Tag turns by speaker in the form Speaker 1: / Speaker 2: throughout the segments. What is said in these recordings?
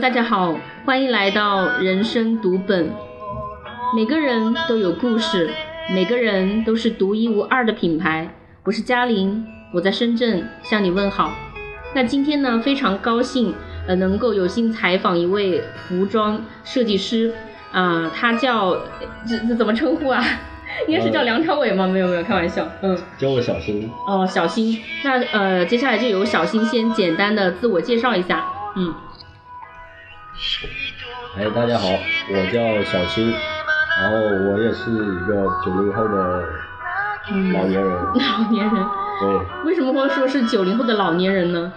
Speaker 1: 大家好，欢迎来到人生读本。每个人都有故事，每个人都是独一无二的品牌。我是嘉玲，我在深圳向你问好。那今天呢，非常高兴呃能够有幸采访一位服装设计师啊、他叫这这怎么称呼啊？ 应该是叫梁朝伟吗？没有没有，开玩笑，嗯。
Speaker 2: 叫我小新，
Speaker 1: 哦，小新，那呃，接下来就由小新先简单的自我介绍一下。嗯，
Speaker 2: 哎，大家好，我叫小新，然后我也是一个九零后的老年人，
Speaker 1: 老年人
Speaker 2: 对，
Speaker 1: 为什么会说是
Speaker 2: 嗯
Speaker 1: 九零后的老年人呢？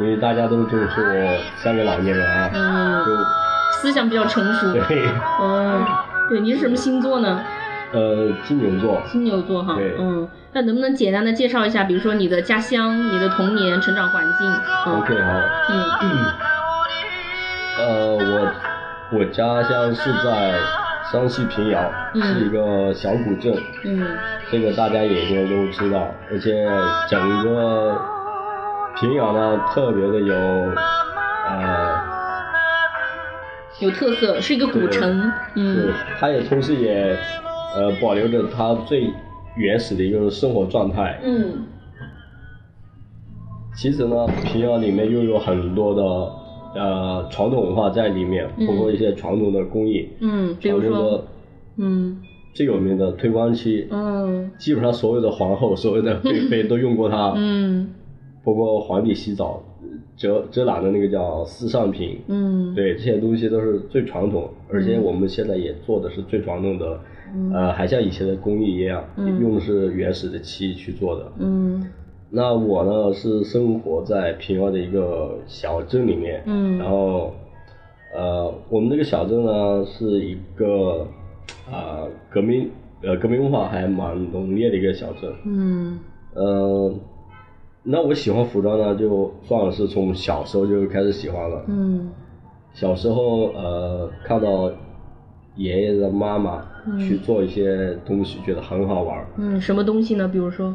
Speaker 2: 因为大家都这么说我像个老年人啊，
Speaker 1: 嗯，
Speaker 2: 就
Speaker 1: 思想比较成熟。
Speaker 2: 对，
Speaker 1: 嗯，对，你是什么星座呢？
Speaker 2: 呃，金牛座，
Speaker 1: 金牛座哈。
Speaker 2: 对
Speaker 1: 嗯，那能不能简单的介绍一下，比如说你的家乡、你的童年、成长环境？嗯
Speaker 2: OK 好，
Speaker 1: 嗯嗯
Speaker 2: 呃，我我家乡是在湘西平遥，
Speaker 1: 嗯
Speaker 2: 是一个小古镇，
Speaker 1: 嗯
Speaker 2: 这个大家也就都知道，而且整个平遥呢特别的有，呃，
Speaker 1: 有特色，是一个古
Speaker 2: 对
Speaker 1: 城。
Speaker 2: 对
Speaker 1: 嗯，
Speaker 2: 它也同时也呃保留着它最原始的一个生活状态。
Speaker 1: 嗯
Speaker 2: 其实呢，平遥里面又有很多的呃传统文化在里面，
Speaker 1: 嗯
Speaker 2: 包括一些传统的工艺，
Speaker 1: 嗯，比如
Speaker 2: 传统
Speaker 1: 说
Speaker 2: 的，
Speaker 1: 嗯
Speaker 2: 最有名的推光漆，
Speaker 1: 嗯
Speaker 2: 基本上所有的皇后、所有的贵妃都用过它。
Speaker 1: 嗯
Speaker 2: 包括皇帝洗澡遮遮挡的那个叫四上品，
Speaker 1: 嗯，
Speaker 2: 对，这些东西都是最传统，而且我们现在也做的是最传统的，
Speaker 1: 嗯
Speaker 2: 呃，还像以前的工艺一样，
Speaker 1: 嗯
Speaker 2: 用的是原始的漆去做的。
Speaker 1: 嗯
Speaker 2: 那我呢是生活在平遥的一个小镇里面，
Speaker 1: 嗯
Speaker 2: 然后，呃，我们这个小镇呢是一个，啊、革命呃革命文化还蛮浓烈的一个小镇，
Speaker 1: 嗯
Speaker 2: 嗯，那我喜欢服装呢，就算是从小时候就开始喜欢了。
Speaker 1: 嗯
Speaker 2: 小时候呃，看到爷爷的妈妈
Speaker 1: 嗯
Speaker 2: 去做一些东西，觉得很好玩儿。
Speaker 1: 嗯，什么东西呢？比如说，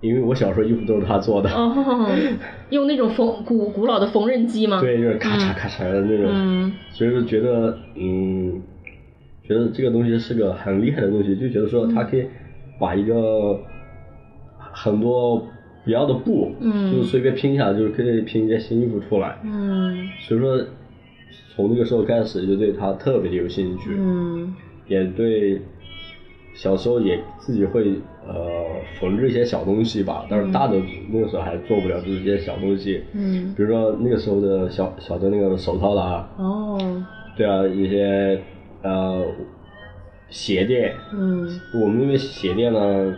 Speaker 2: 因为我小时候衣服都是她做的，
Speaker 1: 哦， 用那种缝古古老的缝纫机吗？，
Speaker 2: 对，就是咔嚓咔嚓的那种，
Speaker 1: 嗯
Speaker 2: 所以说觉得嗯，觉得这个东西是个很厉害的东西，就觉得说它可以把一个很多不要的布，
Speaker 1: 嗯
Speaker 2: 就是随便拼一下，就是可以拼一件新衣服出来。
Speaker 1: 嗯
Speaker 2: 所以说，从那个时候开始就对他特别的有兴趣，
Speaker 1: 嗯
Speaker 2: 也对小时候也自己会呃缝制一些小东西吧，但是大的那个时候还做不了这些小东西，
Speaker 1: 嗯，
Speaker 2: 比如说那个时候的小小的那个手套啦，
Speaker 1: 哦，
Speaker 2: 对啊，一些呃鞋垫，
Speaker 1: 嗯
Speaker 2: 我们那边鞋垫呢，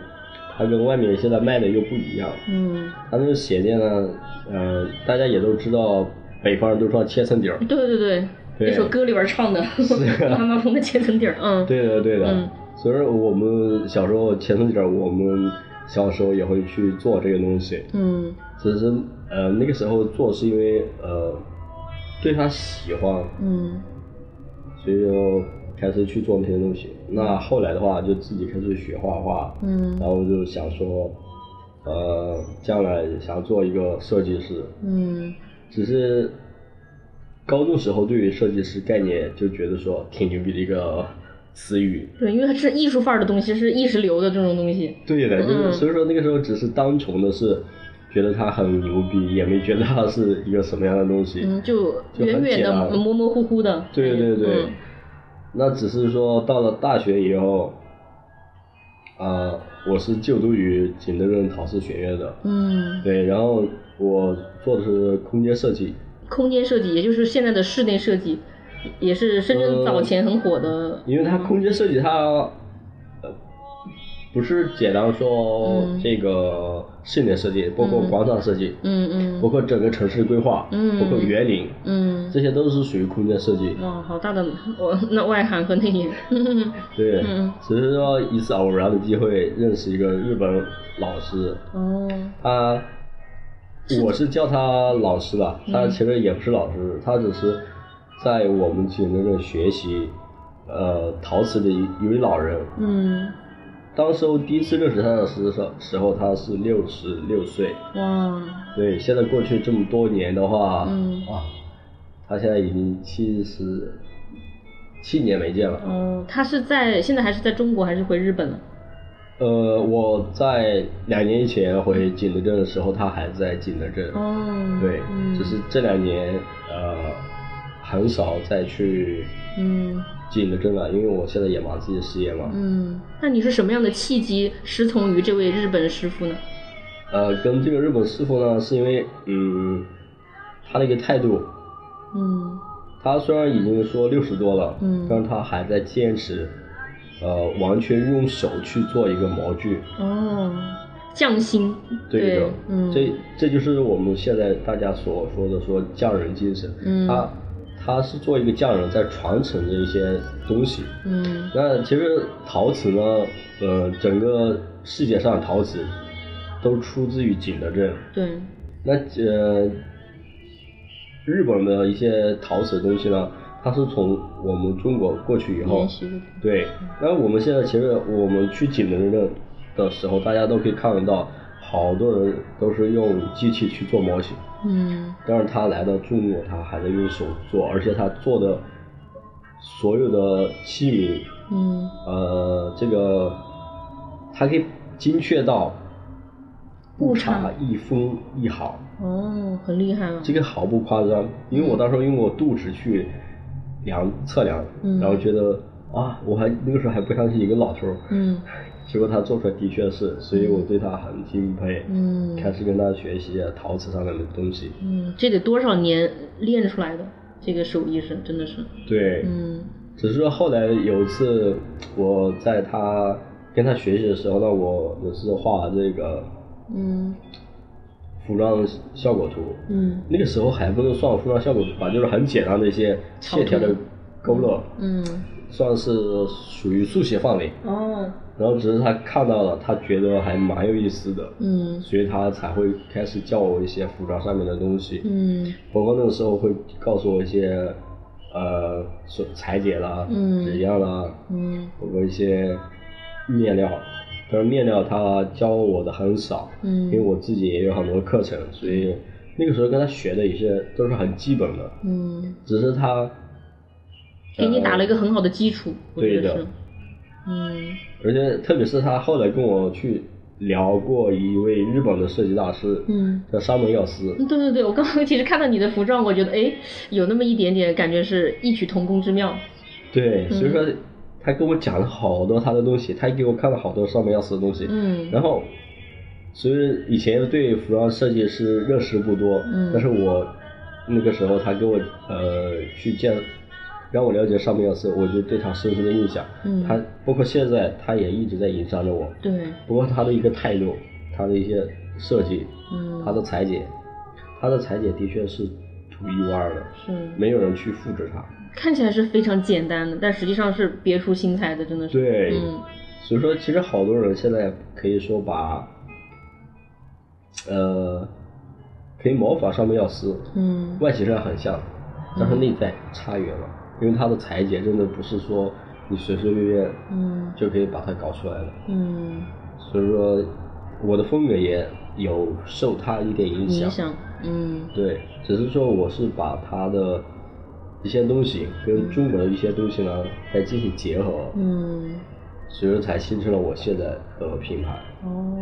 Speaker 2: 它跟外面现在卖的又不一样，
Speaker 1: 嗯，
Speaker 2: 它那个鞋垫呢，呃，大家也都知道，北方人都说切层底儿。
Speaker 1: 对对对
Speaker 2: 对啊
Speaker 1: 一首歌里边唱的， 妈妈缝的千层底儿，嗯，
Speaker 2: 对的，对的。
Speaker 1: 嗯
Speaker 2: 所以说我们小时候前头点儿，我们小时候也会去做这个东西，
Speaker 1: 嗯
Speaker 2: 只是呃那个时候做是因为呃对他喜欢，
Speaker 1: 嗯
Speaker 2: 所以就开始去做那些东西。那后来的话，就自己开始学画画，然
Speaker 1: 嗯
Speaker 2: 后就想说，呃，将来想做一个设计师，
Speaker 1: 嗯
Speaker 2: 只是。高中时候对于设计师概念就觉得说挺牛逼的一个词语，
Speaker 1: 对，因为它是艺术范儿的东西，是意识流的这种东西，
Speaker 2: 对的，就是、
Speaker 1: 嗯
Speaker 2: 所以说那个时候只是单纯的是觉得他很牛逼，也没觉得他是一个什么样的东西。
Speaker 1: 嗯，就
Speaker 2: 就很
Speaker 1: 远远
Speaker 2: 简
Speaker 1: 的、
Speaker 2: 单
Speaker 1: 模模糊糊的，
Speaker 2: 对对对，
Speaker 1: 嗯
Speaker 2: 那只是说到了大学以后，呃，我是就读于景德镇陶瓷学院的，
Speaker 1: 嗯，
Speaker 2: 对，然后我做的是空间设计，
Speaker 1: 空间设计，也就是现在的室内设计，也是深圳早前很火的。
Speaker 2: 呃因为它空间设计它，呃，不是简单说
Speaker 1: 嗯
Speaker 2: 这个室内设计，包括
Speaker 1: 嗯
Speaker 2: 广场设计，
Speaker 1: 嗯
Speaker 2: 包
Speaker 1: 嗯
Speaker 2: 括整个城市规划，
Speaker 1: 嗯
Speaker 2: 包括园林，
Speaker 1: 嗯，
Speaker 2: 这些都是属于空间设计。
Speaker 1: 哇，好大的我那外涵和内敛。
Speaker 2: 对
Speaker 1: 嗯，
Speaker 2: 只是说一次偶然的机会认识一个日本老师，
Speaker 1: 哦，
Speaker 2: 他我是叫他老师吧，
Speaker 1: 嗯
Speaker 2: 他其实也不是老师，他只是在我们景德镇学习，呃，陶瓷的一一位老人。
Speaker 1: 嗯，
Speaker 2: 当时候第一次认识他的时候，时候他是六十六岁，
Speaker 1: 哇，
Speaker 2: 对，现在过去这么多年的话，
Speaker 1: 嗯
Speaker 2: 啊，他现在已经七十七年没见了。
Speaker 1: 哦，他是在现在还是在中国，还是回日本了？
Speaker 2: 呃，我在两年以前回景德镇的时候，他还在景德镇。
Speaker 1: 哦，
Speaker 2: 对，
Speaker 1: 嗯
Speaker 2: 只是这两年呃很少再去
Speaker 1: 嗯
Speaker 2: 景德镇了，因为我现在也忙自己的事业嘛。
Speaker 1: 嗯，那你是什么样的契机师从于这位日本师傅呢？
Speaker 2: 呃，跟这个日本师傅呢，是因为嗯他的一个态度，
Speaker 1: 嗯
Speaker 2: 他虽然已经说六十多了，
Speaker 1: 嗯
Speaker 2: 但是他还在坚持，呃，完全用手去做一个模具。
Speaker 1: 哦，匠心
Speaker 2: 对的，
Speaker 1: 嗯
Speaker 2: 这这就是我们现在大家所说的说匠人精神。
Speaker 1: 嗯
Speaker 2: 他他是做一个匠人，在传承着一些东西。
Speaker 1: 嗯
Speaker 2: 那其实陶瓷呢，呃，整个世界上陶瓷都出自于景德镇。
Speaker 1: 对嗯
Speaker 2: 那呃，日本的一些陶瓷的东西呢，它是从我们中国过去以后
Speaker 1: 延，续的
Speaker 2: 对。那我们现在其实我们去景德镇的时候，大家都可以看得到，好多人都是用机器去做模型，
Speaker 1: 嗯
Speaker 2: 但是他来到中国，他还在用手做，而且他做的所有的器皿，
Speaker 1: 嗯
Speaker 2: 呃，这个它可以精确到
Speaker 1: 误
Speaker 2: 不
Speaker 1: 差
Speaker 2: 差一分一毫。
Speaker 1: 哦，很厉害了。
Speaker 2: 这个毫不夸张，因为我当时候用我肚尺去量测量，
Speaker 1: 嗯
Speaker 2: 然后觉得啊，我还那个时候还不相信一个老头儿，
Speaker 1: 嗯
Speaker 2: 结果他做出来的确是，所以我对他很敬佩，
Speaker 1: 嗯
Speaker 2: 开始跟他学习啊陶瓷上面的东西，
Speaker 1: 嗯，这得多少年练出来的这个手艺是真的是
Speaker 2: 对，
Speaker 1: 嗯
Speaker 2: 只是说后来有一次我在他跟他学习的时候，那我有次画这个
Speaker 1: 嗯
Speaker 2: 服装效果图，
Speaker 1: 嗯
Speaker 2: 那个时候还不能算服装效果图吧，就是很简单的一些线条的勾勒。
Speaker 1: 嗯
Speaker 2: 算是属于速写范围，
Speaker 1: 哦
Speaker 2: 然后只是他看到了，他觉得还蛮有意思的，
Speaker 1: 嗯
Speaker 2: 所以他才会开始教我一些服装上面的东西，
Speaker 1: 嗯
Speaker 2: 包括那个时候会告诉我一些，呃，所裁剪啦、
Speaker 1: 嗯
Speaker 2: 纸样啦，
Speaker 1: 嗯
Speaker 2: 包括一些面料，但是面料他教我的很少，因为
Speaker 1: 嗯
Speaker 2: 我自己也有很多课程，所以那个时候跟他学的一些都是很基本的，
Speaker 1: 嗯，
Speaker 2: 只是他
Speaker 1: 给你打了一个很好的基础，我
Speaker 2: 呃
Speaker 1: 觉
Speaker 2: 对
Speaker 1: 得
Speaker 2: 的
Speaker 1: 是。嗯
Speaker 2: 而且特别是他后来跟我去聊过一位日本的设计大师，
Speaker 1: 嗯。
Speaker 2: 叫山本耀司。
Speaker 1: 嗯对对对，我刚刚其实看到你的服装，我觉得哎，有那么一点点感觉是异曲同工之妙。
Speaker 2: 对，
Speaker 1: 嗯
Speaker 2: 所以说他跟我讲了好多他的东西，他也给我看了好多山本耀司的东西。
Speaker 1: 嗯
Speaker 2: 然后，所以以前对服装设计师认识不多，
Speaker 1: 嗯
Speaker 2: 但是我那个时候他给我呃去见，让我了解山本耀司，我就对他深深的印象。
Speaker 1: 嗯
Speaker 2: 他包括现在他也一直在影响着我，
Speaker 1: 对，
Speaker 2: 不过他的一个态度，他的一些设计，
Speaker 1: 嗯，
Speaker 2: 他的裁剪，他的裁剪的确是独一无二的，
Speaker 1: 是
Speaker 2: 没有人去复制它。
Speaker 1: 看起来是非常简单的，但实际上是别出心裁的，真的是。
Speaker 2: 对
Speaker 1: 嗯
Speaker 2: 所以说，其实好多人现在可以说把，呃，可以模仿上面耀司，
Speaker 1: 嗯
Speaker 2: 外形上很像，但是内在差远了，因为它的裁剪真的不是说你随随便便
Speaker 1: 嗯
Speaker 2: 就可以把它搞出来的。
Speaker 1: 嗯，
Speaker 2: 所以说，我的风格也有受它一点影响。
Speaker 1: 影响，嗯
Speaker 2: 对，只是说我是把它的一些东西跟中国的一些东西呢，来进行结合，
Speaker 1: 嗯，
Speaker 2: 所以说才形成了我现在的品牌。
Speaker 1: 哦。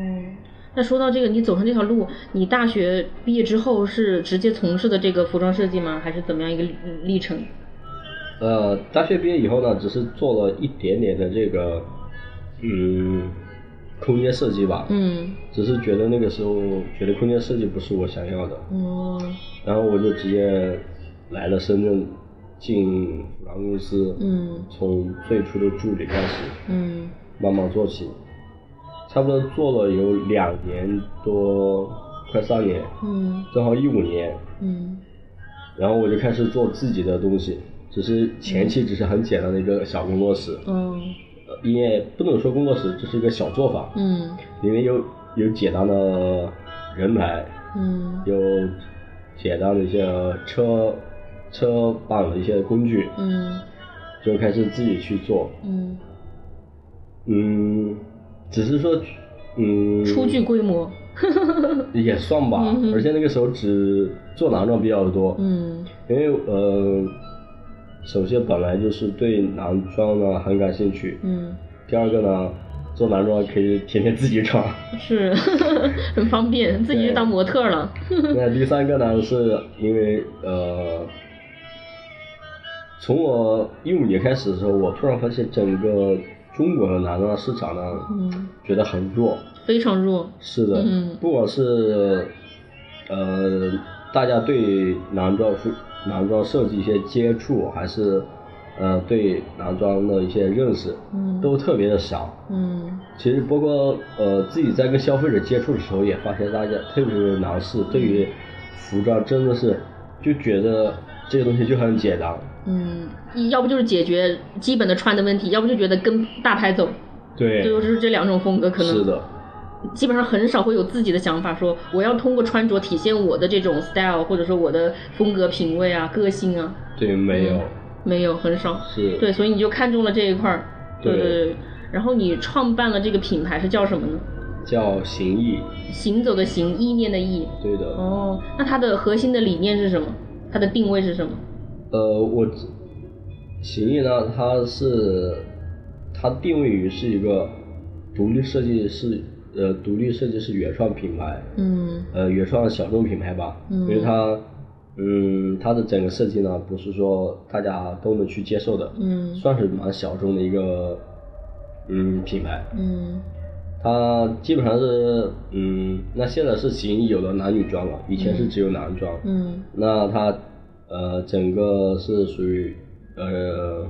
Speaker 1: 那说到这个，你走上这条路，你大学毕业之后是直接从事的这个服装设计吗？还是怎么样一个历历程？
Speaker 2: 呃，大学毕业以后呢，只是做了一点点的这个，嗯，空间设计吧，
Speaker 1: 嗯，
Speaker 2: 只是觉得那个时候觉得空间设计不是我想要的，
Speaker 1: 哦，
Speaker 2: 然后我就直接来了深圳，进服装公司，
Speaker 1: 嗯
Speaker 2: 从最初的助理开始，
Speaker 1: 嗯
Speaker 2: 慢慢做起，差不多做了有两年多，快三年，
Speaker 1: 嗯
Speaker 2: 正好一五年，
Speaker 1: 嗯
Speaker 2: 然后我就开始做自己的东西，只是前期只是很简单的一个小工作室，
Speaker 1: 嗯
Speaker 2: 呃也不能说工作室，只是一个小作坊，
Speaker 1: 嗯
Speaker 2: 里面有有简单的人牌，
Speaker 1: 嗯
Speaker 2: 有简单的一些车车板的一些工具，
Speaker 1: 嗯
Speaker 2: 就开始自己去做，
Speaker 1: 嗯，
Speaker 2: 嗯，只是说，嗯，
Speaker 1: 初具规模。
Speaker 2: 也算吧
Speaker 1: 嗯。哼
Speaker 2: 而且那个时候只做男装比较多，
Speaker 1: 嗯
Speaker 2: 因为呃，首先本来就是对男装呢很感兴趣，
Speaker 1: 嗯，
Speaker 2: 第二个呢，做男装可以天天自己 穿。
Speaker 1: 是很方便，自己就当模特了。
Speaker 2: 那第三个呢，是因为呃，从我一五年开始的时候，我突然发现整个中国的男装市场呢，
Speaker 1: 嗯，
Speaker 2: 觉得很弱。
Speaker 1: 非常弱。
Speaker 2: 是的，
Speaker 1: 嗯
Speaker 2: 不管是呃大家对男装服男装设计一些接触，还是呃对男装的一些认识，
Speaker 1: 嗯
Speaker 2: 都特别的少。
Speaker 1: 嗯
Speaker 2: 其实包括呃自己在跟消费者接触的时候，也发现大家特别是男士对于
Speaker 1: 嗯
Speaker 2: 服装真的是就觉得这个东西就很简单，
Speaker 1: 嗯，要不就是解决基本的穿的问题，要不就觉得跟大牌走，
Speaker 2: 对
Speaker 1: 就是这两种风格可能。
Speaker 2: 是的，
Speaker 1: 基本上很少会有自己的想法，说我要通过穿着体现我的这种 style，或者说我的风格、品味啊、个性啊，
Speaker 2: 对，没有、
Speaker 1: 嗯没有很少。
Speaker 2: 是，
Speaker 1: 对，所以你就看中了这一块儿。对
Speaker 2: 对
Speaker 1: 对对。然后你创办了这个品牌是叫什么呢？
Speaker 2: 叫行意，
Speaker 1: 行走的行，意念的意。
Speaker 2: 对的，
Speaker 1: 哦，那它的核心的理念是什么？它的定位是什么？
Speaker 2: 呃，我行意呢，它是它定位于是一个独立设计师，呃，独立设计师原创品牌，
Speaker 1: 嗯
Speaker 2: 呃，原创小众品牌吧，
Speaker 1: 嗯
Speaker 2: 因为它，嗯，它的整个设计呢，不是说大家都能去接受的，
Speaker 1: 嗯
Speaker 2: 算是蛮小众的一个，嗯，品牌。
Speaker 1: 嗯
Speaker 2: 它基本上是，嗯，那现在是行意有了男女装了，以前是只有男装，
Speaker 1: 嗯
Speaker 2: 那它呃整个是属于呃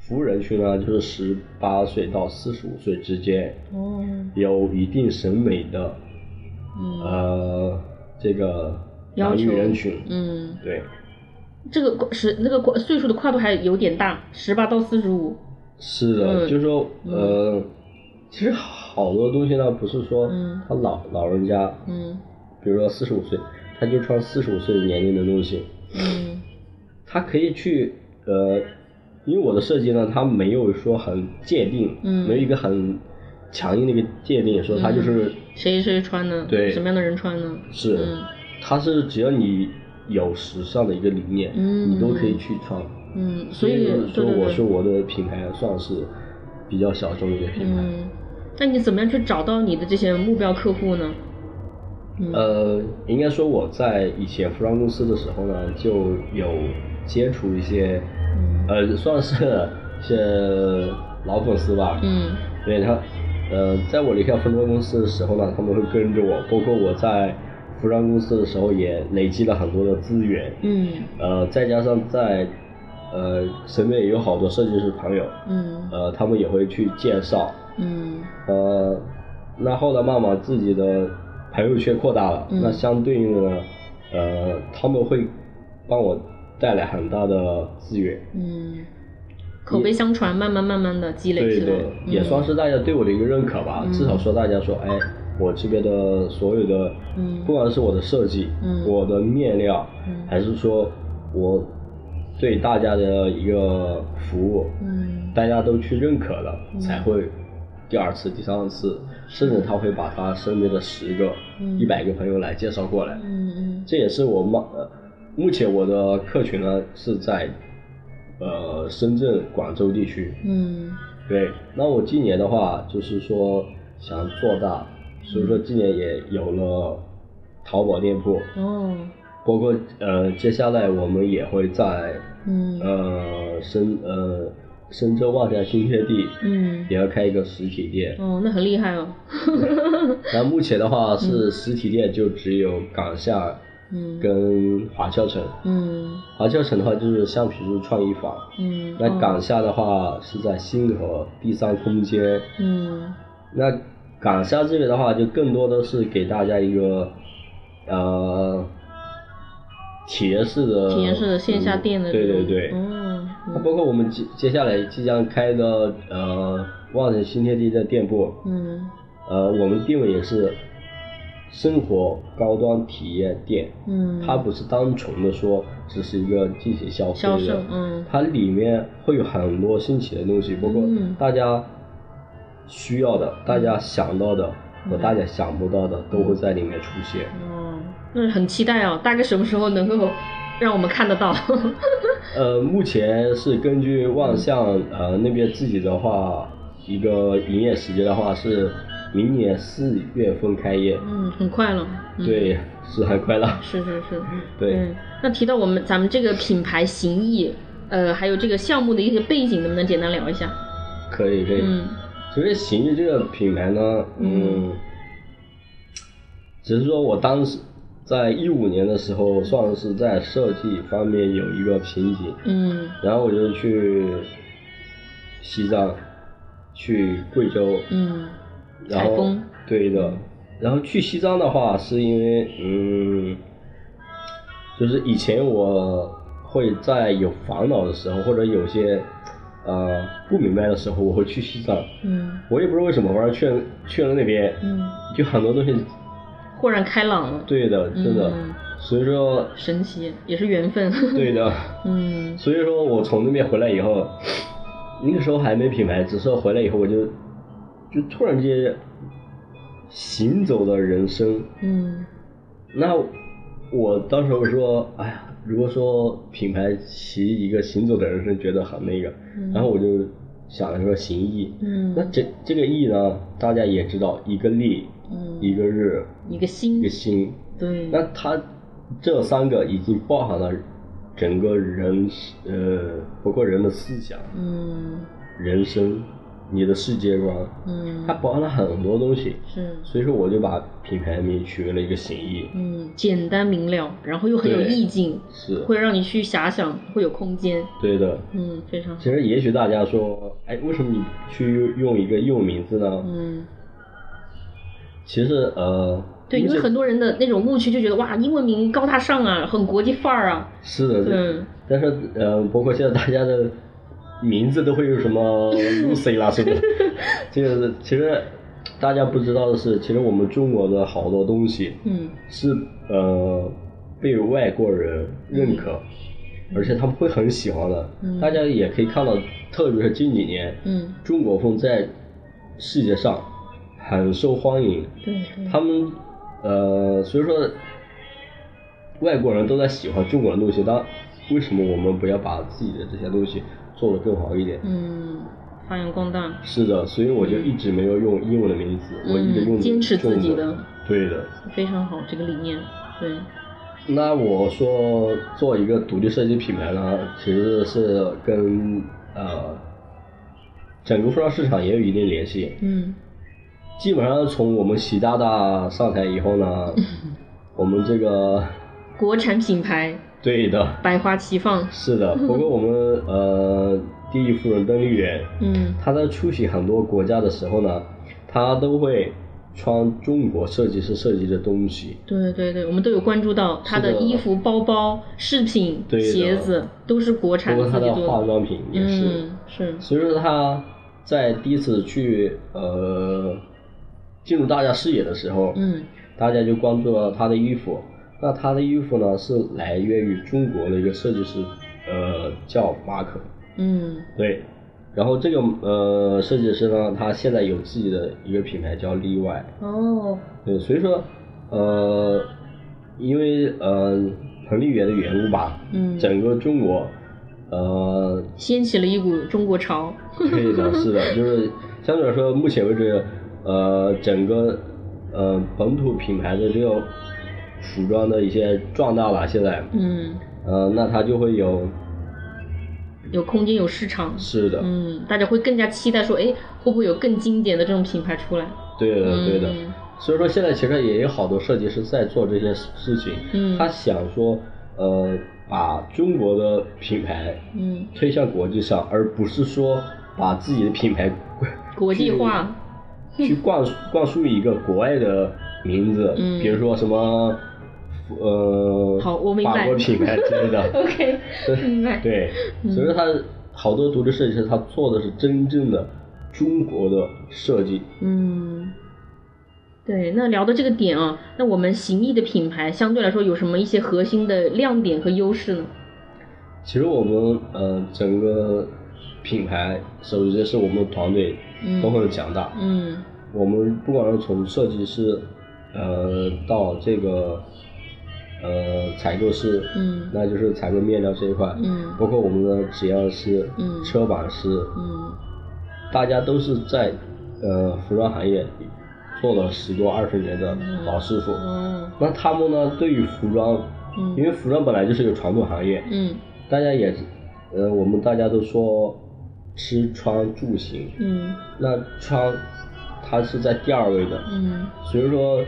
Speaker 2: 服务人群呢，就是十八岁到四十五岁之间，
Speaker 1: 哦
Speaker 2: 有一定审美的
Speaker 1: 嗯
Speaker 2: 呃这个
Speaker 1: 要
Speaker 2: 男
Speaker 1: 求
Speaker 2: 女人群，
Speaker 1: 嗯，
Speaker 2: 对，
Speaker 1: 这个是那个跨岁数的跨度还有点大，十八到四十五。
Speaker 2: 是的，
Speaker 1: 嗯
Speaker 2: 就是说呃，其实好多东西呢，不是说
Speaker 1: 嗯
Speaker 2: 他老老人家，
Speaker 1: 嗯
Speaker 2: 比如说四十五岁，他就穿四十五岁年龄的东西，
Speaker 1: 嗯。
Speaker 2: 他可以去呃，因为我的设计呢，它没有说很界定，
Speaker 1: 嗯
Speaker 2: 没有一个很强硬的一个界定，说它就是、
Speaker 1: 嗯谁谁穿呢？
Speaker 2: 对
Speaker 1: 什么样的人穿呢？
Speaker 2: 是，
Speaker 1: 嗯
Speaker 2: 它是只要你有时尚的一个理念，
Speaker 1: 嗯
Speaker 2: 你都可以去穿。
Speaker 1: 嗯，所以
Speaker 2: 说，
Speaker 1: 对对
Speaker 2: 我
Speaker 1: 对
Speaker 2: 说我的品牌算是比较小众的一个品牌。
Speaker 1: 嗯，那你怎么样去找到你的这些目标客户呢？嗯
Speaker 2: 呃，应该说我在以前服装公司的时候呢，就有接触一些，
Speaker 1: 嗯
Speaker 2: 呃，算是一些老粉丝吧。
Speaker 1: 嗯
Speaker 2: 对他，呃，在我离开服装公司的时候呢，他们会跟着我，包括我在服装公司的时候也累积了很多的资源，
Speaker 1: 嗯
Speaker 2: 呃，再加上在呃身边也有好多设计师朋友，
Speaker 1: 嗯
Speaker 2: 呃，他们也会去介绍，
Speaker 1: 嗯
Speaker 2: 呃，那后来慢慢自己的朋友圈扩大了，
Speaker 1: 嗯
Speaker 2: 那相对应的呢，呃，他们会帮我带来很大的资源，
Speaker 1: 嗯，口碑相传，慢慢慢慢的积累
Speaker 2: 对
Speaker 1: 起来，
Speaker 2: 对，也
Speaker 1: 嗯
Speaker 2: 算是大家对我的一个认可吧。
Speaker 1: 嗯
Speaker 2: 至少说大家说，哎，我这边的所有的，
Speaker 1: 嗯
Speaker 2: 不管是我的设计，
Speaker 1: 嗯
Speaker 2: 我的面料，
Speaker 1: 嗯
Speaker 2: 还是说我对大家的一个服务，
Speaker 1: 嗯
Speaker 2: 大家都去认可了，
Speaker 1: 嗯
Speaker 2: 才会第二次、第三次，甚至他会把他身边的十个、
Speaker 1: 嗯
Speaker 2: 一百个朋友来介绍过来。
Speaker 1: 嗯嗯
Speaker 2: 这也是我们呃，目前我的客群呢是在呃深圳、广州地区。
Speaker 1: 嗯
Speaker 2: 对，那我今年的话就是说想做大，所以说今年也有了淘宝店铺，
Speaker 1: 哦
Speaker 2: 包括呃接下来我们也会在
Speaker 1: 嗯
Speaker 2: 呃深呃深圳望江新天地
Speaker 1: 嗯
Speaker 2: 也要开一个实体店。
Speaker 1: 哦，那很厉害哦，
Speaker 2: 那目前的话是实体店就只有港下
Speaker 1: 嗯
Speaker 2: 跟华侨城，
Speaker 1: 嗯
Speaker 2: 华侨城的话就是橡皮树创意坊，
Speaker 1: 嗯
Speaker 2: 那
Speaker 1: 哦
Speaker 2: 港下的话是在星河第三空间。
Speaker 1: 嗯
Speaker 2: 那港下这边的话，就更多的是给大家一个呃体验式的
Speaker 1: 体验式的线下店的
Speaker 2: 对
Speaker 1: 这
Speaker 2: 对
Speaker 1: 种
Speaker 2: 对。
Speaker 1: 哦
Speaker 2: 那
Speaker 1: 嗯
Speaker 2: 包括我们接接下来即将开的呃望城新天地的店铺，
Speaker 1: 嗯
Speaker 2: 呃，我们定位也是生活高端体验店，
Speaker 1: 嗯
Speaker 2: 它不是单纯的说只是一个进行消费的，
Speaker 1: 销售嗯
Speaker 2: 它里面会有很多新奇的东西，包括
Speaker 1: 嗯
Speaker 2: 大家需要的、大家想到的，和大家想不到的都会在里面出现。
Speaker 1: 哦，那很期待哦，大概什么时候能够让我们看得到？
Speaker 2: 呃，目前是根据
Speaker 1: 嗯
Speaker 2: 万象呃那边自己的话，一个营业时间的话是明年四月份开业。
Speaker 1: 嗯，很快了。嗯、
Speaker 2: 对，是很快了。
Speaker 1: 是是是。
Speaker 2: 对、
Speaker 1: 嗯。那提到我们咱们这个品牌形意，呃，还有这个项目的一些背景，能不能简单聊一下？
Speaker 2: 可以可以。
Speaker 1: 嗯。
Speaker 2: 所以行意这个品牌呢，嗯，
Speaker 1: 嗯
Speaker 2: 只是说我当时在一五年的时候，算是在设计方面有一个瓶颈，
Speaker 1: 嗯
Speaker 2: 然后我就去西藏，去贵州，
Speaker 1: 嗯，
Speaker 2: 然
Speaker 1: 采
Speaker 2: 后
Speaker 1: 风嗯
Speaker 2: 对的，然后去西藏的话，是因为嗯，就是以前我会在有烦恼的时候，或者有些呃不明白的时候，我会去西藏，
Speaker 1: 嗯
Speaker 2: 我也不知道为什么，反正去了去了那边，
Speaker 1: 嗯，
Speaker 2: 就很多东西，
Speaker 1: 豁然开朗了，
Speaker 2: 对的，真的，
Speaker 1: 嗯
Speaker 2: 所以说，
Speaker 1: 神奇，也是缘分。
Speaker 2: 对的，
Speaker 1: 嗯
Speaker 2: 所以说我从那边回来以后，那个时候还没品牌，只是回来以后我就，就突然间，行走的人生，
Speaker 1: 嗯
Speaker 2: 那我当时我说，哎呀，如果说品牌骑一个行走的人生，觉得很那个，
Speaker 1: 嗯
Speaker 2: 然后我就想着说行义，那
Speaker 1: 嗯
Speaker 2: 这这个义呢，大家也知道，一个力，一
Speaker 1: 嗯，
Speaker 2: 个日，
Speaker 1: 一个心
Speaker 2: 一个，心，
Speaker 1: 对，
Speaker 2: 那它这三个已经包含了整个人，呃，包括人的思想、
Speaker 1: 嗯
Speaker 2: 人生、你的世界观，
Speaker 1: 嗯
Speaker 2: 它包含了很多东西。
Speaker 1: 是。
Speaker 2: 所以说，我就把品牌名取为了一个形意，
Speaker 1: 嗯，简单明了，然后又很有
Speaker 2: 对
Speaker 1: 意境，
Speaker 2: 是
Speaker 1: 会让你去遐想，会有空间。
Speaker 2: 对的。
Speaker 1: 嗯，非常好。
Speaker 2: 其实也许大家说，哎，为什么你去用一个英文名字呢？
Speaker 1: 嗯，
Speaker 2: 其实呃，
Speaker 1: 对，因为很多人的那种误区就觉得哇，英文名高大上啊，很国际范儿啊。
Speaker 2: 是的，
Speaker 1: 对，
Speaker 2: 但是呃，包括现在大家的名字都会有什 么 Lucy 啦什么，这个是其实大家不知道的是，其实我们中国的好多东西
Speaker 1: 嗯
Speaker 2: 是呃被外国人认可，而且他们会很喜欢的。
Speaker 1: 嗯
Speaker 2: 大家也可以看到，特别是近几年，
Speaker 1: 嗯，
Speaker 2: 中国风在世界上很受欢迎，
Speaker 1: 对对，
Speaker 2: 他们呃，所以说外国人都在喜欢中国的东西，但为什么我们不要把自己的这些东西做得更好一点？
Speaker 1: 嗯，发扬光大，
Speaker 2: 是的，所以我就一直没有用英文的名字，我一直用
Speaker 1: 嗯坚持自己
Speaker 2: 中
Speaker 1: 的
Speaker 2: 文对的。
Speaker 1: 非常好，这个理念。对，
Speaker 2: 那我说做一个独立设计品牌呢，其实是跟呃整个服装市场也有一定联系。
Speaker 1: 嗯
Speaker 2: 基本上从我们习大大上台以后 呢，我们这个
Speaker 1: 国产品牌
Speaker 2: 对的，
Speaker 1: 百花齐放。
Speaker 2: 是 的。不过我们呃第一夫人邓丽媛，
Speaker 1: 嗯
Speaker 2: 她在出席很多国家的时候呢，她都会穿中国设计师设计的东西。
Speaker 1: 对对对，我们都有关注到她
Speaker 2: 是的
Speaker 1: 衣服、包包、饰品、
Speaker 2: 对的
Speaker 1: 鞋子都是国
Speaker 2: 包
Speaker 1: 产
Speaker 2: 括
Speaker 1: 自
Speaker 2: 她
Speaker 1: 己
Speaker 2: 的
Speaker 1: 做
Speaker 2: 化
Speaker 1: 的。
Speaker 2: 妆品也是，
Speaker 1: 嗯，是，
Speaker 2: 所以说她在第一次去呃进入大家视野的时候，
Speaker 1: 嗯
Speaker 2: 大家就关注了他的衣服。那他的衣服呢，是来源于中国的一个设计师，呃，叫马可，
Speaker 1: 嗯
Speaker 2: 对。然后这个呃设计师呢，他现在有自己的一个品牌叫例外，
Speaker 1: 哦，
Speaker 2: 对，所以说呃，因为呃彭丽媛的缘故吧，
Speaker 1: 嗯，
Speaker 2: 整个中国呃
Speaker 1: 掀起了一股中国潮。
Speaker 2: 对的，是的， 就是相对来说，目前为止，呃，整个呃本土品牌的这个服装的一些壮大了，现在，
Speaker 1: 嗯，
Speaker 2: 呃，那它就会有，
Speaker 1: 有空间，有市场。
Speaker 2: 是的，
Speaker 1: 嗯，大家会更加期待说，哎，会不会有更经典的这种品牌出来？
Speaker 2: 对的，对的。
Speaker 1: 嗯
Speaker 2: 所以说，现在其实也有好多设计师在做这些事情，
Speaker 1: 嗯
Speaker 2: 他想说，呃，把中国的品牌
Speaker 1: 嗯，
Speaker 2: 推向国际上，而不是说把自己的品牌
Speaker 1: 国际
Speaker 2: 去
Speaker 1: 化。
Speaker 2: 去灌 输灌输一个国外的名字，
Speaker 1: 嗯
Speaker 2: 比如说什么，呃，
Speaker 1: 好我明白
Speaker 2: 法国品牌之类的，
Speaker 1: OK，明白。嗯
Speaker 2: 对，所以说他好多独立设计师，他做的是真正的中国的设计，
Speaker 1: 嗯，对。那聊到这个点啊，那我们行义的品牌相对来说有什么一些核心的亮点和优势呢？
Speaker 2: 其实我们呃整个品牌，首先是我们团队
Speaker 1: 嗯
Speaker 2: 都很强大，
Speaker 1: 嗯
Speaker 2: 我们不管是从设计师，呃，到这个呃采购师，
Speaker 1: 嗯
Speaker 2: 那就是采购面料这一块，
Speaker 1: 嗯
Speaker 2: 包括我们的纸样师，
Speaker 1: 嗯
Speaker 2: 车板师，
Speaker 1: 嗯
Speaker 2: 大家都是在呃服装行业做了十多二十年的
Speaker 1: 嗯
Speaker 2: 老师傅，
Speaker 1: 哦
Speaker 2: 那他们呢对于服装，
Speaker 1: 嗯
Speaker 2: 因为服装本来就是一个传统行业，
Speaker 1: 嗯
Speaker 2: 大家也呃我们大家都说吃穿住行，
Speaker 1: 嗯
Speaker 2: 那穿它是在第二位的，
Speaker 1: 嗯
Speaker 2: 所以说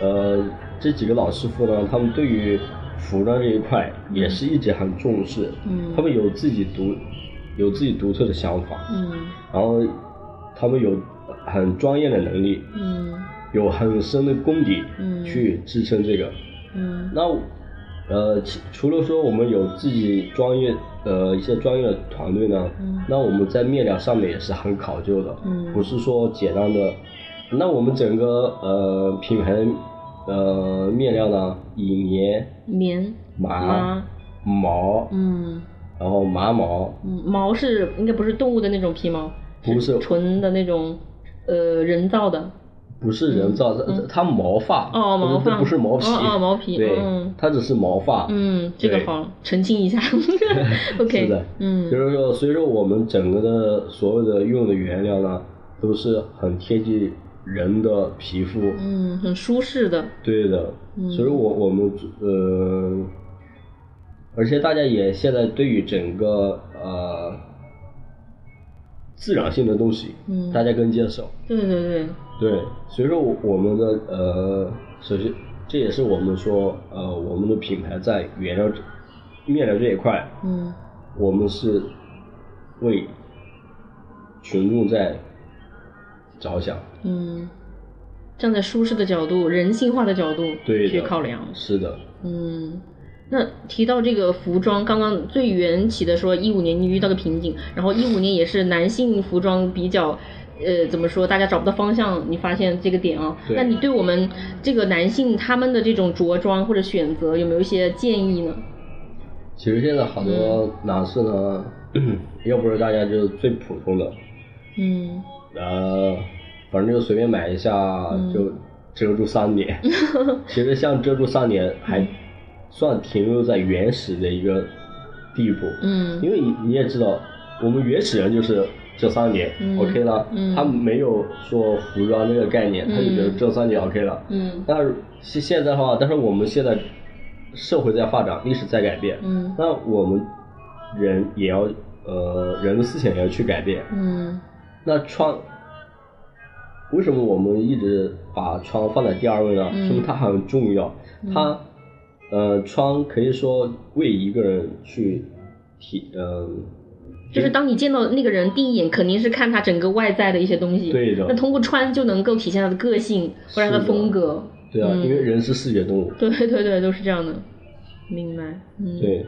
Speaker 2: 呃这几个老师傅呢，他们对于服装这一块也是一直很重视，
Speaker 1: 嗯
Speaker 2: 他们有自己独有自己独特的想法，
Speaker 1: 嗯
Speaker 2: 然后他们有很专业的能力，
Speaker 1: 嗯
Speaker 2: 有很深的功底
Speaker 1: 嗯
Speaker 2: 去支撑这个。
Speaker 1: 嗯
Speaker 2: 那呃，其除了说我们有自己专业呃一些专业的团队呢，
Speaker 1: 嗯
Speaker 2: 那我们在面料上面也是很考究的，
Speaker 1: 嗯
Speaker 2: 不是说简单的。那我们整个呃品牌的呃面料呢，以棉、
Speaker 1: 棉
Speaker 2: 麻
Speaker 1: 嗯麻、
Speaker 2: 毛，
Speaker 1: 嗯
Speaker 2: 然后麻毛，
Speaker 1: 嗯毛是应该不是动物的那种皮毛，
Speaker 2: 不是
Speaker 1: 纯的那种呃人造的。
Speaker 2: 不是人造，它
Speaker 1: 嗯
Speaker 2: 它毛发，
Speaker 1: 哦毛
Speaker 2: 不是
Speaker 1: 发
Speaker 2: 不是毛皮，
Speaker 1: 哦哦毛皮
Speaker 2: 对
Speaker 1: 嗯，
Speaker 2: 它只是毛发，
Speaker 1: 嗯，这个
Speaker 2: 对
Speaker 1: 好澄清一 下。OK，
Speaker 2: 是的，
Speaker 1: 嗯
Speaker 2: 就是说，所以说我们整个的所有的用的原料呢，都是很贴近人的皮肤，
Speaker 1: 嗯，很舒适的。
Speaker 2: 对的，
Speaker 1: 嗯
Speaker 2: 所以我我们呃，而且大家也现在对于整个呃自然性的东西，
Speaker 1: 嗯
Speaker 2: 大家更接受，
Speaker 1: 对对对，
Speaker 2: 对，所以说我我们的呃，首先这也是我们说呃我们的品牌在原料这面料这一块，
Speaker 1: 嗯
Speaker 2: 我们是为群众在着想，
Speaker 1: 嗯，站在舒适的角度、人性化的角度
Speaker 2: 对的
Speaker 1: 去考量。
Speaker 2: 是的，
Speaker 1: 嗯，那提到这个服装，刚刚最缘起的说一五年你遇到个瓶颈，然后一五年也是男性服装比较。呃，怎么说？大家找不到方向，你发现这个点啊？
Speaker 2: 对
Speaker 1: 那你对我们这个男性他们的这种着装或者选择有没有一些建议呢？
Speaker 2: 其实现在好多
Speaker 1: 嗯
Speaker 2: 男士呢， 要不是大家就是最普通的，
Speaker 1: 嗯，
Speaker 2: 呃，反正就随便买一下、
Speaker 1: 嗯
Speaker 2: 就遮住三 年。其实像遮住三年
Speaker 1: 嗯
Speaker 2: 还算停留在原始的一个地步，
Speaker 1: 嗯
Speaker 2: 因为你你也知道，我们原始人就是这三年、
Speaker 1: 嗯
Speaker 2: OK 了，
Speaker 1: 嗯
Speaker 2: 他没有说服装这个概念，他就觉得
Speaker 1: 嗯
Speaker 2: 这三年 OK 了。
Speaker 1: 嗯
Speaker 2: 但是现现在的话，但是我们现在社会在发展，历史在改变，
Speaker 1: 嗯
Speaker 2: 那我们人也要呃人的思想也要去改变。
Speaker 1: 嗯
Speaker 2: 那穿，为什么我们一直把穿放在第二位呢？
Speaker 1: 嗯
Speaker 2: 说明它很重要，它呃穿可以说为一个人去体嗯、
Speaker 1: 就是当你见到那个人第一眼，肯定是看他整个外在的一些东西。
Speaker 2: 对的
Speaker 1: 那通过穿就能够体现他的个性或者他
Speaker 2: 是
Speaker 1: 的
Speaker 2: 的
Speaker 1: 风格。
Speaker 2: 对啊，
Speaker 1: 嗯
Speaker 2: 因为人是视觉动物，
Speaker 1: 对对对，都是这样的。明白。嗯。。
Speaker 2: 对，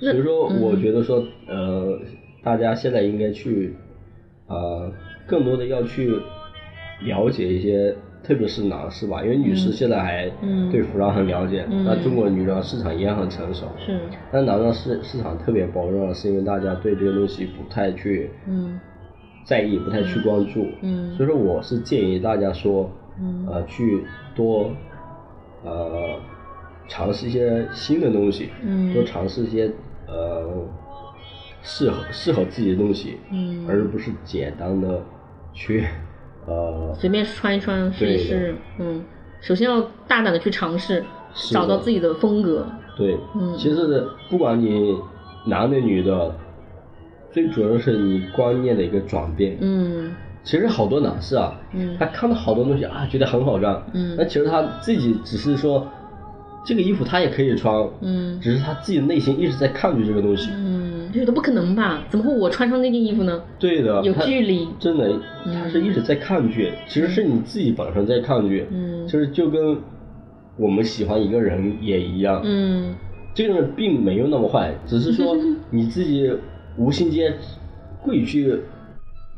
Speaker 1: 那
Speaker 2: 所以说
Speaker 1: 嗯
Speaker 2: 我觉得说、呃，大家现在应该去呃，更多的要去了解一些，特别是男士吧，因为女士
Speaker 1: 嗯
Speaker 2: 现在还
Speaker 1: 嗯
Speaker 2: 对服装很了解，
Speaker 1: 嗯
Speaker 2: 那中国女装市场也很成熟，
Speaker 1: 是。
Speaker 2: 但男装市市场特别薄弱，是因为大家对这个东西不太去
Speaker 1: 嗯
Speaker 2: 在意，不太去关注，
Speaker 1: 嗯
Speaker 2: 所以说我是建议大家说，
Speaker 1: 嗯
Speaker 2: 呃，去多呃尝试一些新的东西，
Speaker 1: 嗯
Speaker 2: 多尝试一些呃适合适合自己的东西，
Speaker 1: 嗯
Speaker 2: 而不是简单的去呃
Speaker 1: 随便穿一穿，试一
Speaker 2: 对
Speaker 1: 试。嗯。首先要大胆的去尝试，
Speaker 2: 是的
Speaker 1: 找到自己的风格。
Speaker 2: 对，
Speaker 1: 嗯
Speaker 2: 其实不管你男的女的，最主要是你观念的一个转变，
Speaker 1: 嗯
Speaker 2: 其实好多男士啊，
Speaker 1: 嗯
Speaker 2: 他看到好多东西啊，觉得很好看，
Speaker 1: 嗯
Speaker 2: 那其实他自己只是说，这个衣服他也可以穿，
Speaker 1: 嗯
Speaker 2: 只是他自己内心一直在抗拒这个东西。
Speaker 1: 嗯，这都不可能吧？怎么会我穿上那件衣服呢？
Speaker 2: 对的，
Speaker 1: 有
Speaker 2: 他
Speaker 1: 距离
Speaker 2: 真的，
Speaker 1: 嗯
Speaker 2: 他是一直在抗拒，其实是你自己本身在抗拒，
Speaker 1: 嗯
Speaker 2: 就是就跟我们喜欢一个人也一样，
Speaker 1: 嗯
Speaker 2: 这个人并没有那么坏，只是 说你自己无心间故意去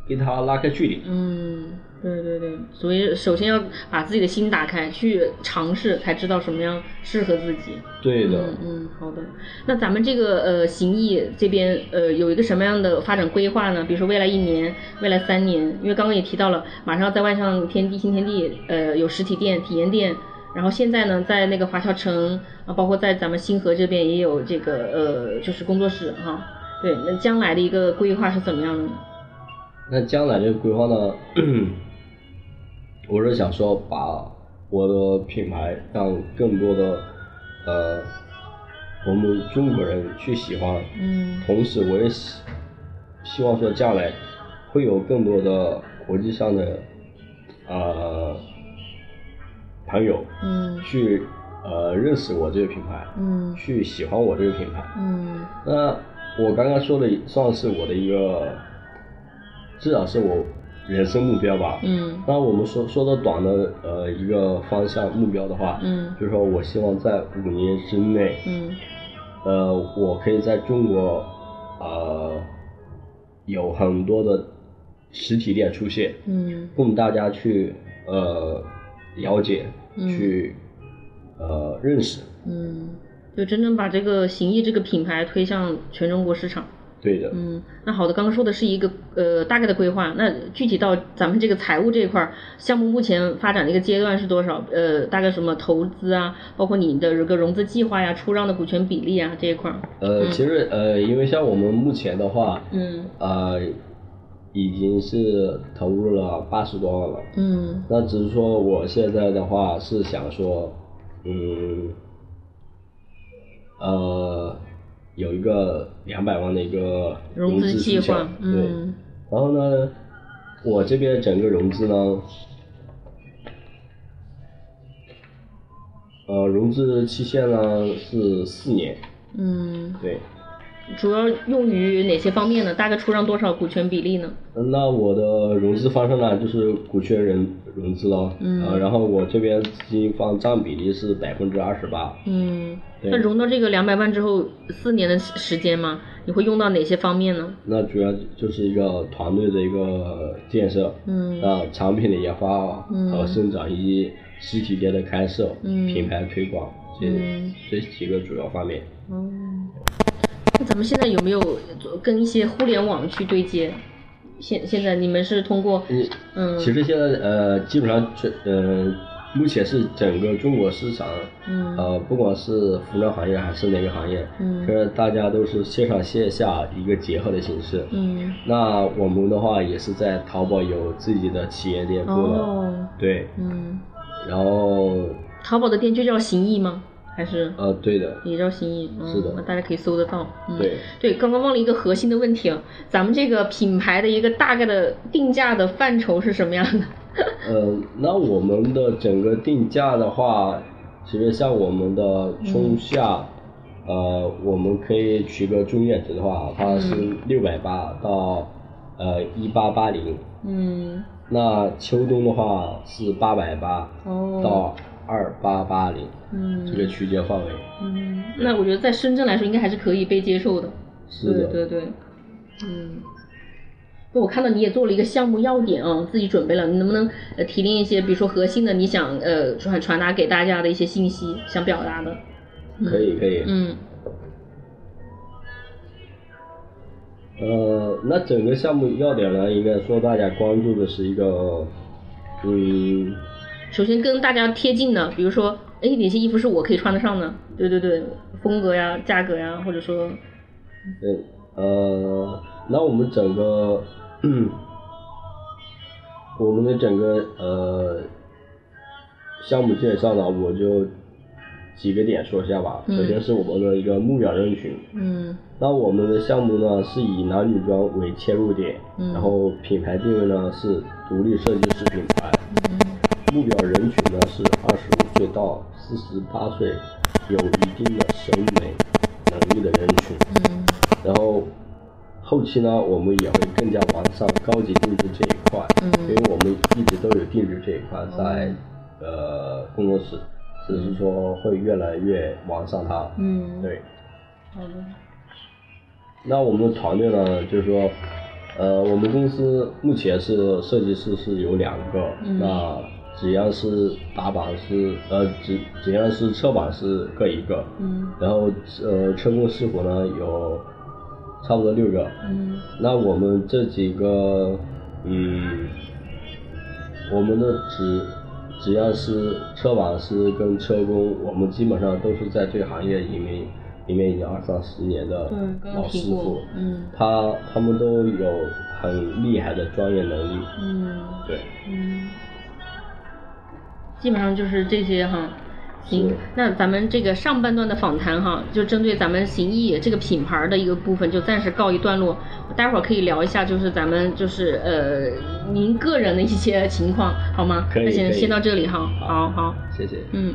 Speaker 2: 给他拉开距离，
Speaker 1: 嗯对对对，所以首先要把自己的心打开，去尝试，才知道什么样适合自己。
Speaker 2: 对的，
Speaker 1: 嗯嗯，好的。那咱们这个呃行医这边呃有一个什么样的发展规划呢？比如说未来一年、未来三年，因为刚刚也提到了，马上要在万象天地、新天地呃有实体店、体验店，然后现在呢在那个华侨城啊，包括在咱们星河这边也有这个呃就是工作室哈。对，那将来的一个规划是怎么样的呢？
Speaker 2: 那将来这个规划呢，我是想说把我的品牌让更多的呃我们中国人去喜欢，
Speaker 1: 嗯
Speaker 2: 同时我也希希望说将来会有更多的国际上的呃朋友
Speaker 1: 嗯
Speaker 2: 去呃认识我这个品牌，
Speaker 1: 嗯
Speaker 2: 去喜欢我这个品牌。
Speaker 1: 嗯
Speaker 2: 那我刚刚说的算是我的一个，至少是我人生目标吧。
Speaker 1: 嗯
Speaker 2: 那我们说说的短的呃一个方向目标的话，
Speaker 1: 嗯
Speaker 2: 就是说我希望在五年之内，
Speaker 1: 嗯
Speaker 2: 呃，我可以在中国呃有很多的实体店出现，
Speaker 1: 嗯
Speaker 2: 供大家去呃了解，
Speaker 1: 嗯
Speaker 2: 去呃认识。
Speaker 1: 嗯，就真正把这个行医这个品牌推向全中国市场。
Speaker 2: 对的，
Speaker 1: 嗯，那好的，刚刚说的是一个呃大概的规划，那具体到咱们这个财务这一块儿，项目目前发展的一个阶段是多少？呃，大概什么投资啊，包括你的这个融资计划呀、出让的股权比例啊这一块儿。
Speaker 2: 呃，其实呃，因为像我们目前的话，
Speaker 1: 嗯
Speaker 2: 呃，已经是投入了八十多万了。
Speaker 1: 嗯
Speaker 2: 那只是说我现在的话是想说，嗯，呃，有一个两百万的一个
Speaker 1: 融
Speaker 2: 资
Speaker 1: 资计
Speaker 2: 需求
Speaker 1: 划
Speaker 2: 对。
Speaker 1: 嗯
Speaker 2: 然后呢，我这边整个融资呢，呃，融资期限呢是四年，
Speaker 1: 嗯，
Speaker 2: 对。
Speaker 1: 主要用于哪些方面呢？大概出让多少股权比例呢？
Speaker 2: 那我的融资方式呢，就是股权人融资咯，
Speaker 1: 嗯
Speaker 2: 呃，然后我这边资金方占比例是百分之二十八，
Speaker 1: 嗯，
Speaker 2: 对
Speaker 1: 那融到这个两百万之后，四年的时时间嘛，你会用到哪些方面呢？
Speaker 2: 那主要就是一个团队的一个建设，
Speaker 1: 嗯
Speaker 2: 那产品的研发
Speaker 1: 嗯
Speaker 2: 和生长以及实体店的开设，
Speaker 1: 嗯
Speaker 2: 品牌推广这、
Speaker 1: 嗯
Speaker 2: 这几个主要方面。
Speaker 1: 哦，那咱们现在有没有做跟一些互联网去对接？现现在你们是通过
Speaker 2: 嗯
Speaker 1: 嗯
Speaker 2: 其实现在呃，基本上这呃，目前是整个中国市场，
Speaker 1: 嗯
Speaker 2: 呃，不管是服装行业还是哪个行业，
Speaker 1: 嗯
Speaker 2: 现在大家都是线上线下一个结合的形式。
Speaker 1: 嗯
Speaker 2: 那我们的话也是在淘宝有自己的旗舰店铺了，
Speaker 1: 哦
Speaker 2: 对，
Speaker 1: 嗯，
Speaker 2: 然后
Speaker 1: 淘宝的店就叫行艺吗？还是
Speaker 2: 呃，对的，
Speaker 1: 也叫行艺？嗯、
Speaker 2: 是的
Speaker 1: 大家可以搜得到。嗯、
Speaker 2: 对
Speaker 1: 对，刚刚忘了一个核心的问题啊，咱们这个品牌的一个大概的定价的范畴是什么样的？
Speaker 2: 呃，那我们的整个定价的话，其实像我们的
Speaker 1: 嗯
Speaker 2: 春夏，呃，我们可以取个中间值的话，它
Speaker 1: 嗯
Speaker 2: 是六百八到呃一八八零。
Speaker 1: 嗯，
Speaker 2: 那秋冬的话是八百八
Speaker 1: 哦
Speaker 2: 到二八八零
Speaker 1: 嗯
Speaker 2: 这个区间范围。
Speaker 1: 嗯，那我觉得在深圳来说，应该还是可以被接受的。
Speaker 2: 是的，
Speaker 1: 对对对，嗯。那我看到你也做了一个项目要点啊，自己准备了，你能不能呃提炼一些，比如说核心的你想呃传传达给大家的一些信息，想表达的？
Speaker 2: 可以可以。
Speaker 1: 嗯
Speaker 2: 呃，那整个项目要点呢，应该说大家关注的是一个，嗯，
Speaker 1: 首先跟大家贴近的，比如说，哎，哪些衣服是我可以穿得上的？对对对，风格呀、价格呀，或者说，
Speaker 2: 对，呃，那我们整个，我们的整个呃项目介绍呢，我就几个点说一下吧。
Speaker 1: 嗯
Speaker 2: 首先是我们的一个目标人群，
Speaker 1: 嗯
Speaker 2: 那我们的项目呢是以男女装为切入点，
Speaker 1: 嗯
Speaker 2: 然后品牌定位呢是独立设计师品牌，目标人群呢是二十五岁到四十八岁有一定的审美能力的人群。
Speaker 1: 嗯
Speaker 2: 然后后期呢，我们也会更加完善高级定制这一块，
Speaker 1: 嗯
Speaker 2: 因为我们一直都有定制这一块在、呃工作室，只是说会越来越完善它。
Speaker 1: 嗯，
Speaker 2: 对，
Speaker 1: 好的，
Speaker 2: 那我们的团队呢，就是说呃，我们公司目前是设计师是有两个，
Speaker 1: 嗯
Speaker 2: 那只要是打板师，呃，只只要是车板师各一个，
Speaker 1: 嗯
Speaker 2: 然后呃，车工师傅呢有差不多六个，
Speaker 1: 嗯
Speaker 2: 那我们这几个，嗯，我们的只只要是车板师跟车工，我们基本上都是在这个行业里面里面已经二三十年的
Speaker 1: 对刚刚
Speaker 2: 老
Speaker 1: 提
Speaker 2: 师
Speaker 1: 过
Speaker 2: 傅，
Speaker 1: 嗯
Speaker 2: 他他们都有很厉害的专业能力，
Speaker 1: 嗯
Speaker 2: 对，
Speaker 1: 嗯，基本上就是这些哈。行
Speaker 2: 是，
Speaker 1: 那咱们这个上半段的访谈哈，就针对咱们行艺这个品牌的一个部分，就暂时告一段落。待会儿可以聊一下，就是咱们就是呃您个人的一些情况，好吗？
Speaker 2: 可以
Speaker 1: 那先
Speaker 2: 可以
Speaker 1: 先到这里哈。
Speaker 2: 好
Speaker 1: 好好，
Speaker 2: 谢谢。
Speaker 1: 嗯。